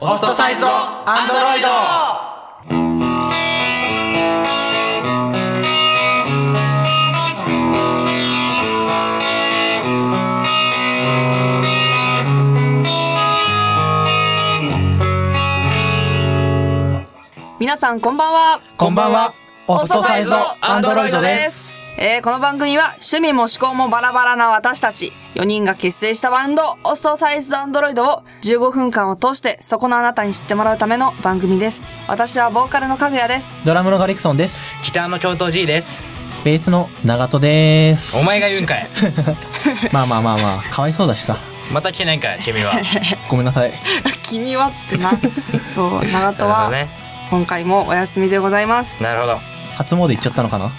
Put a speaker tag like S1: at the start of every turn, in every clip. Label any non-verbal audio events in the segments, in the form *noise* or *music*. S1: オストサイズアンドロイド
S2: 皆さんこんばんは。
S1: こんばんは。オストサイズアンドロイドです。
S2: えー、この番組は趣味も思考もバラバラな私たち4人が結成したバンドオストサイズアンドロイドを15分間を通してそこのあなたに知ってもらうための番組です。私はボーカルのかぐ
S1: *laughs*
S2: やです。
S3: ドラムのガリクソンです。
S1: 北山教頭 G です。
S3: ベースの長戸です。
S1: お前が言うんかい。 *laughs*
S3: まあまあまあまあ、かわいそうだしさ。
S1: また来てないんかい、君
S2: *laughs*
S1: は。
S3: ごめんなさい。
S2: 君はってな。そう、
S1: な
S2: 長門
S1: るほど
S2: は
S1: ね。
S2: 今回もお休みでございます。
S1: なるほど。
S3: 初詣行っちゃったのかな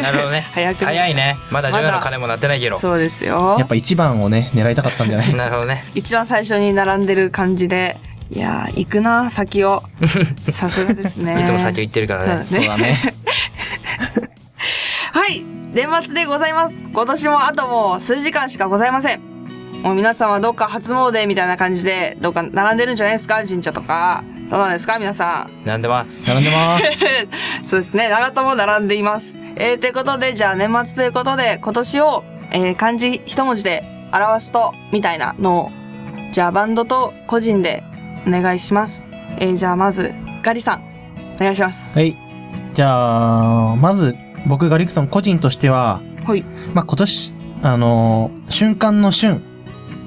S1: なるほどね。
S2: *laughs* 早くね
S1: 早いね。まだ
S2: まだ
S1: 17の鐘も鳴ってないけど。
S2: そうですよ
S3: やっ。ぱ一番をね、狙いたかったんじ
S1: *laughs*
S3: ゃない
S1: なるほどね。
S2: 一番最初に並んでる感じで、いやー、行くな、先
S1: *laughs*
S2: を。さすがですね。
S1: いつも先を言ってるからね。
S3: そうだね。
S2: はい年末でございます今年もあともう数時間しかございませんもう皆さんはどっか初詣みたいな感じで、どっか並んでるんじゃないですか神社とか。どうなんですか皆さん。
S1: なんでます。
S3: 並んでます。
S2: そうですね。長友並んでいます。えー、ということで、じゃあ年末ということで、今年を、えー漢字一文字で表すと、みたいなのを、じゃあバンドと個人でお願いします。えー、じゃあまず、ガリさん、お願いします。
S3: はい。じゃあ、まず、僕ガリクソン個人としては、
S2: ほい。
S3: まあ今年、あのー瞬間の瞬。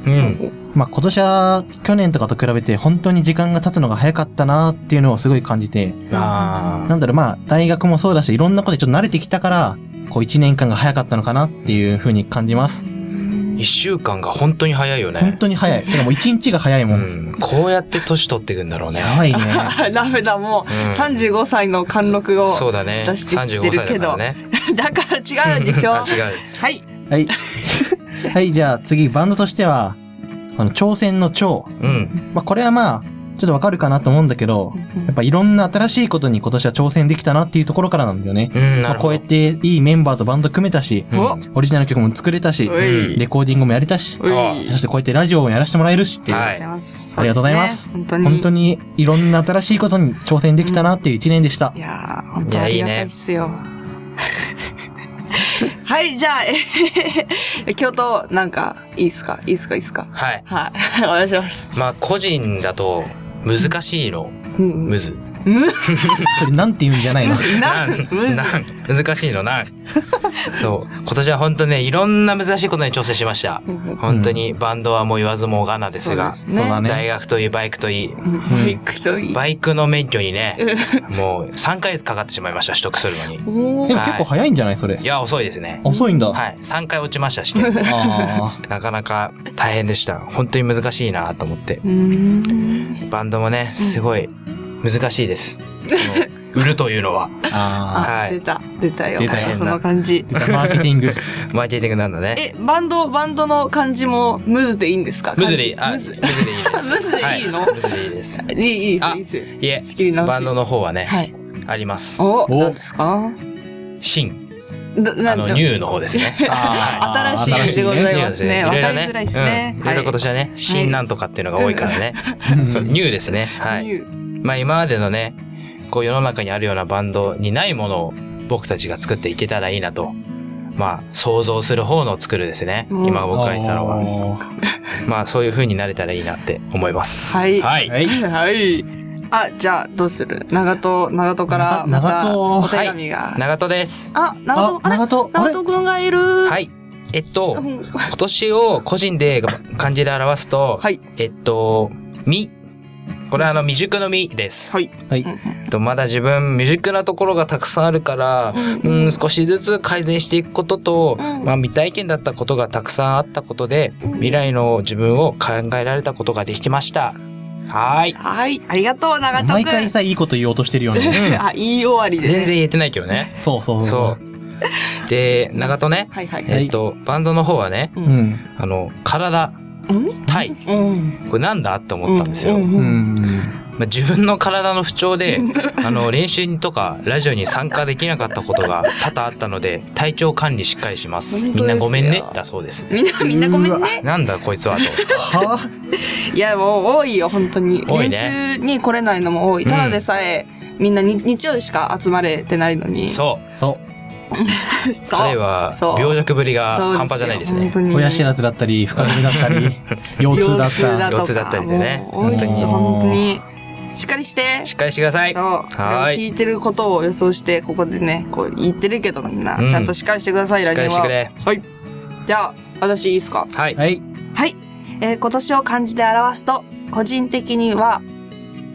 S1: うん。
S3: まあ今年は去年とかと比べて本当に時間が経つのが早かったなっていうのをすごい感じて、
S2: *laughs*
S1: ま
S3: なんだろう、まあ、大学もそうだし、いろんなことにちょっと慣れてきたから、こう、一年間が早かったのかなっていう風に感じます。
S1: あ、一週間が本当に早いよ
S3: 本
S1: ね。
S3: 当に早い。てかもう一日が早いも。
S1: うんん。こうやって年取っていくんだろうね。
S2: *laughs*
S3: やば
S1: *laughs*
S3: いね。
S2: ダメだ、もう、
S1: うん
S2: 35歳の貫禄を。
S1: そうだね。
S2: 出してきて
S1: 35
S2: る
S1: 歳
S2: け
S1: だ
S2: ど。
S1: からね。
S2: *laughs* だから違うんでしょ
S1: あ、違う。
S2: はい。
S3: はい。はい、じゃあ次、バンドとしては、あの、挑戦の超。
S1: うん。
S3: まあ、これはまあ、ちょっとわかるかなと思うんだけど、やっぱいろんな新しいことに今年は挑戦できたなっていうところからなんだよね。
S1: うん、な
S3: まあ、
S1: る
S3: こ
S1: ほ
S3: うや
S1: ど
S3: っ。ていいメンバーとバンド組めたし、
S1: うん
S2: お
S3: オリジナル曲も作れたし、
S2: おい。
S3: レコーディングもやれたし、
S2: おい。
S1: あ
S2: あり
S3: そしてこうやってラジオもやらせてもらえるしっていう。
S1: はい
S2: がとうございます。
S3: ありがとうございます
S2: そうでね
S3: 本
S2: 本
S3: 当
S2: 当に。
S3: にいろんな新しいことに挑戦できたなっていう一年でした
S2: い。やー、本当にありがたいっすよ。 *laughs* はい、じゃあ、えへへ京都、なんか、いいっすかいいっすかいいっすか
S1: はい。
S2: はい。お願いします。
S1: まあ、個人だと、難しいの。
S2: うん。む
S1: むず。
S3: それなんて言うんじゃないの。
S2: なん、むず。
S1: なん難しいのなん。そう。今年は本当ね、いろんな難しいことに挑戦しました。本当にバンドはもう言わずもがなですが、
S2: そうですね
S3: そうだね
S1: 大学といい、バイクといい、
S2: うんバイクといい。
S1: バイクの免許にね、もう3ヶ月かかってしまいました、取得するのに。
S2: お
S3: で
S2: ー
S3: も結構早いんじゃないそれ
S1: い。や、遅いですね。
S3: 遅いんだ。
S1: はい。3回落ちました、試
S3: *laughs*
S1: 験。
S3: あ
S1: なかなか大変でした。本当に難しいなと思って
S2: う。ーん。
S1: バンドもね、すごい難しいです。この売るというのは。 *laughs*
S3: あ。あ
S1: は
S2: あ、
S1: い
S2: 出た。出たよ。
S3: 出た
S1: よ
S2: その感じ。
S3: あ。マーケティング。
S1: マーケティングなんだね。
S2: え、バンド、バンドの感じもムズでいいんですか
S1: むずり、あ、
S2: 漢
S1: む
S2: 字
S1: ず
S2: ム
S1: りでいいです。
S2: ズムズでいいの、
S1: はむずりいいです。
S2: い、いい、いいで
S1: あ
S2: す、いいです。
S1: いえ、
S2: 仕切り直し。
S1: バンドの方はね、
S2: はい。
S1: あります。
S2: お、
S3: お
S2: 何ですか
S1: 新、
S2: どな
S1: あの、ニューの方ですね。
S2: 新しい
S3: 新しいね
S2: でございますね。
S1: ニュー
S2: わ
S1: です
S2: かりづらいですね。
S1: いろいろねうんい
S2: は
S1: ろいろ
S2: い
S1: 今年はね、新なんとかっていうのが多いからね。そうニューですね。はい。
S2: ニュー
S1: まあ今までのね、こう世の中にあるようなバンドにないものを僕たちが作っていけたらいいなと。まあ、想像する方のを作るですね。
S2: うん
S1: 今僕が言ってたのは。
S3: は。
S1: まあそういう風になれたらいいなって思います。
S2: はい
S1: はい。
S3: い。
S2: はい。あ、じゃあ、どうする長戸、長戸から、また、
S3: 長門
S2: お手紙が。
S1: 長門です。
S2: あ、長
S3: あ
S2: 戸、、あれ
S3: 長戸。あ
S2: 長
S3: れ
S2: 戸くんがいる。は。
S1: はいい。えっと、今年を個人で漢字で表すと、
S2: はい。
S1: えっと、み。これはあの未熟のみです。
S2: はい。
S3: はい。
S1: えっとまだ自分未熟なところがたくさんあるから、 *laughs* うん、少しずつ改善していくことと、
S2: うん
S1: まあ未体験だったことがたくさんあったことで、未来の自分を考えられたことができました。はーい。
S2: はい。ありがとう、長戸くん。
S3: 毎回さ、いいこと言おうとしてるよね。
S2: あ、いい終わりで、ね。
S1: 全然言えてないけどね。
S3: そうそう
S1: そ。
S3: そう
S1: で、長門ね、
S2: はいはい。
S3: い
S1: えっと、バンドの方はね、
S3: う。うん。
S1: あの、体、
S2: うん
S1: タイ。
S2: うん。
S1: これなんだって思ったんですよ。
S2: う。
S3: うんん。
S1: まあ、自分の体の不調で、あの、練習とかラジオに参加できなかったことが多々あったので、体調管理しっかりします。
S2: 本
S1: み
S2: 当ですよ
S1: んなごめんね、だそうです。
S2: みんな、みんなごめん
S3: うわ
S2: ね。
S1: なんだこいつ
S2: *laughs*
S1: はと。
S3: はぁ
S2: いや、もう多いよ、本当に。
S1: 多い
S2: 練
S1: ね
S2: 習に来れないのも多い。ただでさえ、みんなに日曜日しか集まれてないのに。
S1: そう。
S3: そ
S2: そう。 *laughs* そ
S1: 彼は
S2: そう、
S1: 病弱ぶりが
S2: うですよ
S1: 半端じゃないですね
S2: 本。当
S3: う。
S2: に。
S3: 肥やし夏だったり、深みだったり、腰痛だった。
S1: 腰痛だったりでね
S2: もう多いっす
S3: 本
S2: 本
S3: 当
S2: 当
S3: に
S2: に。しっかりして。
S1: しっかりしてください。
S2: そうこれを
S1: はい
S2: 聞いてることを予想して、ここでね、こう言ってるけどみんな、
S1: うん
S2: ちゃんとしっかりしてください、
S1: しっ
S2: 来
S1: か
S2: 年
S1: りしてく
S2: は。
S1: れ。
S2: じゃあ、私いいっすか
S1: はい。
S3: はい。
S2: はい。えー今年を漢字で表すと、個人的には、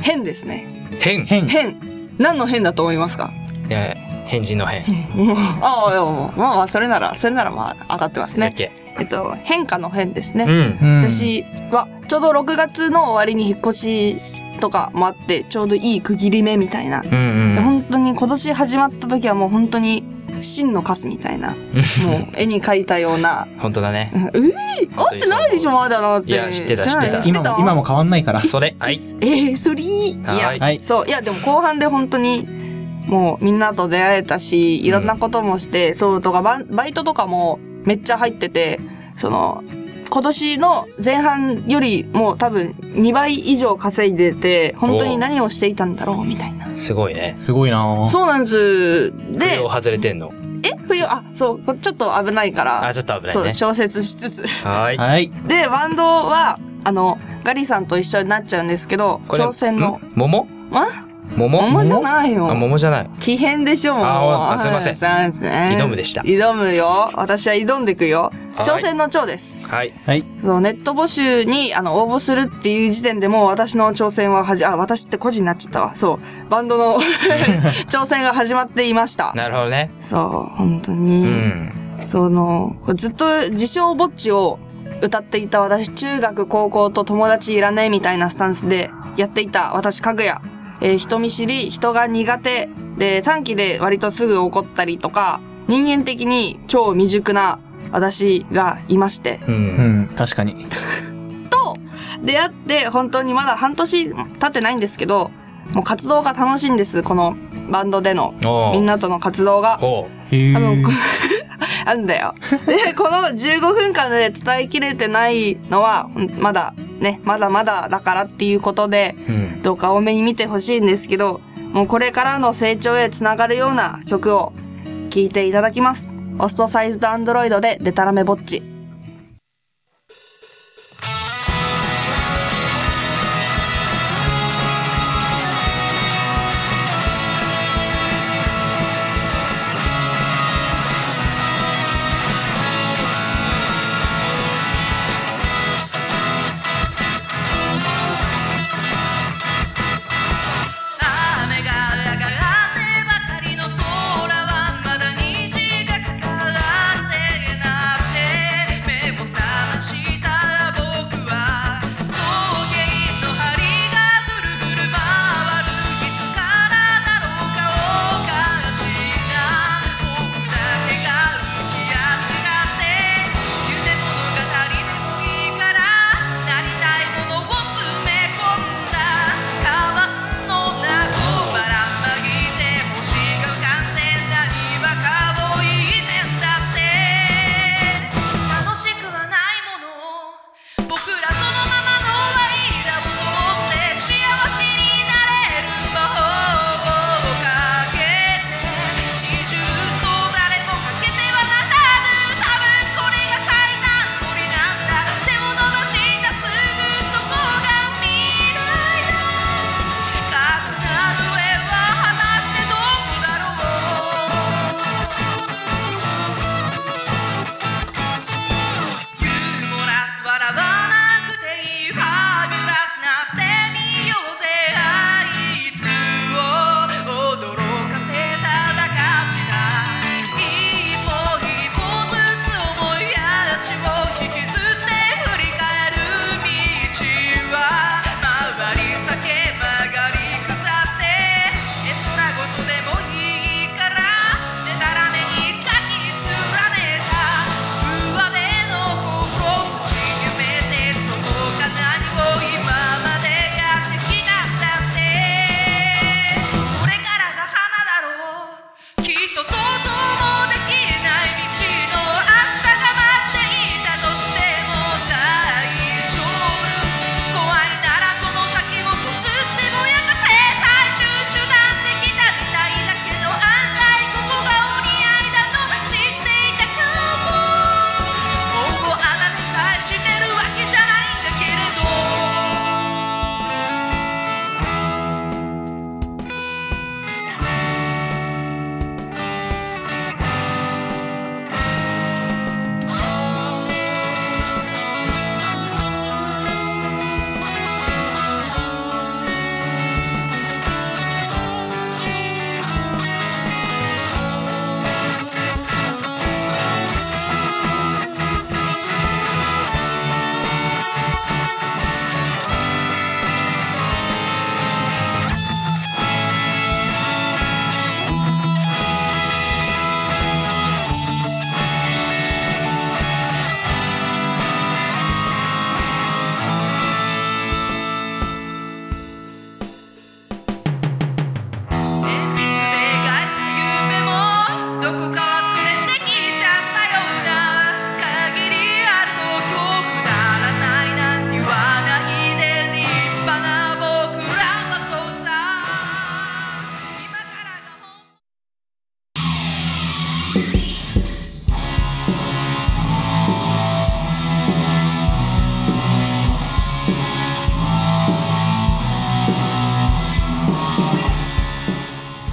S2: 変ですね。
S1: 変。い
S3: 変。
S2: 変。何の変だと思いますか
S1: や変人の変。
S2: ああ、でも、まあまあ、それなら、それならまあ、当たってます
S1: だっ
S2: ね。
S1: け。
S2: えっと、変化の変ですね。
S1: うん
S3: う。ん。
S2: 私はちょうど6月の終わりに引っ越しとかもあってちょうどいい区切り目みたいな、
S1: うんうん。
S2: 本当に今年始まった時はもう本当に真のカスみ
S1: *laughs*
S2: たいなもう絵に描いたような
S1: 本当だね。
S2: うんういあってないでしょまだなって
S1: いや知ってた
S2: 知らない
S1: 知ってた
S3: 今も、今も変わんないから。
S1: それ。はい。
S2: えー、それいいい
S1: は
S2: や
S1: い。
S3: はい。
S2: そういやでも後半で本当にもうみんなと出会えたしいろんなこともして、そうとかバンバイトとかもめっちゃ入っててその今年の前半よりも多分2倍以上稼いでて本当に何をしていたんだろうみたいな
S1: すごいね。
S3: すごいなぁ。
S2: そうなんです
S1: 不
S2: で
S1: 要外れてんの。
S2: え冬あそうこちょっと危ないから
S1: あ、ちょっと危ない
S2: そう
S1: ね。
S2: 小説しつつ *laughs*
S1: はい。
S3: はい。
S2: でバンドはあのガリさんと一緒になっちゃうんですけど
S1: これ
S2: 挑戦の。
S1: ん桃
S2: あ
S1: 桃
S2: 桃じゃないよ
S1: あ、桃じゃない。
S2: 危変でしょ、もう。
S1: ああすいません
S2: そうですね。
S1: 挑むでした
S2: 挑むよ。私は挑んでくよ。
S1: はい
S2: 挑戦の挑です。
S1: はい。
S2: そう、ネット募集に、あの、応募するっていう時点でもう私の挑戦ははじ、あ、私って個人になっちゃったわ。そう。バンドの *laughs* 挑戦が始まっていました。
S1: なるほどね。
S2: そう、本当
S1: う
S2: に。
S1: ん。
S2: その、これずっと自称ぼっちを歌っていた私、中学、高校と友達いらねえみたいなスタンスでやっていた私、かぐや。えー人見知り、人が苦手、で、短期で割とすぐ怒ったりとか、人間的に超未熟な私がいまして。
S1: う。
S3: うんん、確かに。
S2: 出会って本当にまだ半年経ってないんですけど、もう活動が楽しいんです、このバンドでの。
S1: おう
S2: みんなとの活動が。
S1: おう
S3: へ
S2: 多分
S3: ー
S2: こ *laughs* あんだよ。 *laughs* で、この15分間で伝えきれてないのは、うんまだ、ね、まだまだだからっていうことで、
S1: うん。
S2: どうか多めに見てほしいんですけど、もうこれからの成長へつながるような曲を聴いていただきます。オストサイズとアンドロイドでデタラメぼっち。
S4: 雨が上がってばかりの空はまだ虹がかかってなくて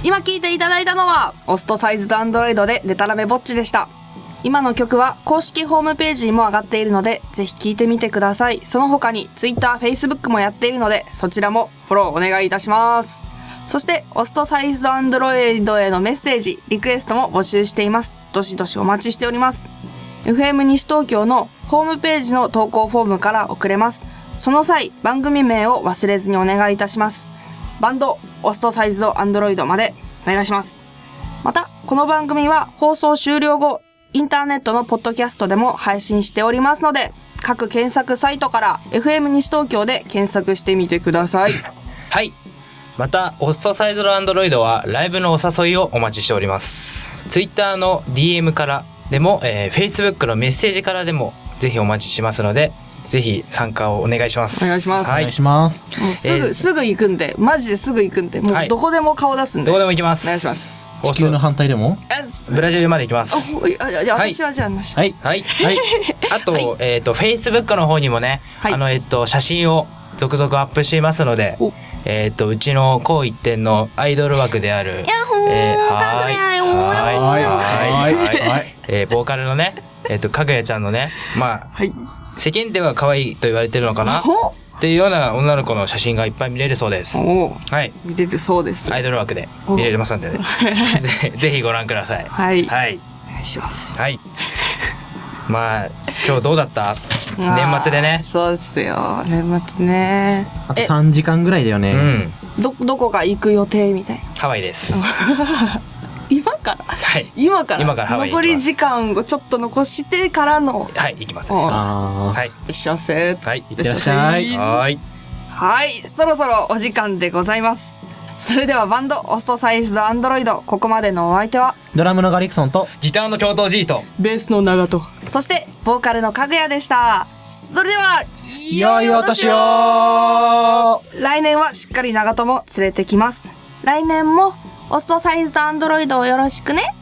S2: 今聴いていただいたのは、オストサイズとアンドロイドでデタラメぼっちでした。今の曲は公式ホームページにも上がっているので、ぜひ聴いてみてください。その他に Twitter、Facebook もやっているので、そちらもフォローお願いいたします。そして、オストサイズとアンドロイドへのメッセージ、リクエストも募集しています。どしどしお待ちしております。FM 西東京のホームページの投稿フォームから送れます。その際、番組名を忘れずにお願いいたします。バンド、オストサイズドアンドロイドまでお願いします。また、この番組は放送終了後、インターネットのポッドキャストでも配信しておりますので、各検索サイトから FM 西東京で検索してみてください。
S1: はい。また、オストサイドアンドロイドはライブのお誘いをお待ちしております。Twitter の DM からでも、えー Facebook のメッセージからでも、ぜひお待ちしますので、ぜひ参加をお願いします。
S2: お願いします
S1: は
S3: お
S1: い
S3: 願い。します。
S2: もうすぐ、
S1: えー
S2: すぐ行くんで、マジですぐ行くんで、も
S1: は
S2: う
S1: い
S2: どこでも顔出すんで。
S1: どこでも行きます。
S2: お願いします
S1: オ
S3: 地球の
S1: ス
S3: 反対でも
S1: ト。ブラジルまで行きます。
S2: ああ、いやいや、
S1: はい
S2: 私はじゃあなし。
S3: はい。
S1: はい。
S2: *laughs*
S1: はい。あと、えっ、と、Facebook の方にもね、
S2: はい
S1: あの、えっ、と、写真を続々アップしていますので
S2: お、
S1: えっ、と、うちの高一点のアイドル枠である、
S2: ヤッホー、
S1: えー
S2: バグだよ
S1: はい
S2: ー
S1: はい
S3: はい
S1: は
S3: はい。
S1: えーボーカルのね、えっ、と、かぐやちゃんのね、ま
S2: はい。
S1: あ、世間では可愛いと言われてるのかな
S2: ほ
S1: っていうような女の子の写真がいっぱい見れるそうです。
S2: おー
S1: はい。
S2: 見れるそうです。
S1: ア
S2: は
S1: イ
S2: い。
S1: ドル枠で見れますん
S2: *laughs*
S1: でね。ぜぜひご覧ください。
S2: はい。
S1: はい。
S2: お願いします。
S1: はい。まあ、今日どうだった
S2: あー
S1: 年末でね。
S2: そうですよ。年末ね。
S3: あと3時間ぐらいだよ
S1: う
S3: ね。
S1: ん。
S2: ど、どこか行く予定みたいな。
S1: ハワイです。
S2: 今から
S1: はい。
S2: 今から
S1: 今からハワイ行
S2: 残
S1: きます
S2: り時間をちょっと残してからの。
S1: はい、行きます。
S2: お
S1: は
S3: ああ。
S1: い。
S2: いらっしゃいませ。
S1: はい、行っ
S3: い
S1: て
S3: ら
S1: ら
S3: っ
S1: っし
S3: しゃい
S1: ゃい。はーい。
S2: はい。そろそろお時間でございます。それではバンド、オストサイズドアンドロイド、ここまでのお相手は、
S3: ドラムのガリクソンと、
S1: ギターの共闘 G と。
S2: ベースの長と、そして、ボーカルのかぐやでした。それでは、
S3: 良いお年を
S2: 来年はしっかり長友連れてきます。来年も、オストサイズとアンドロイドをよろしくね。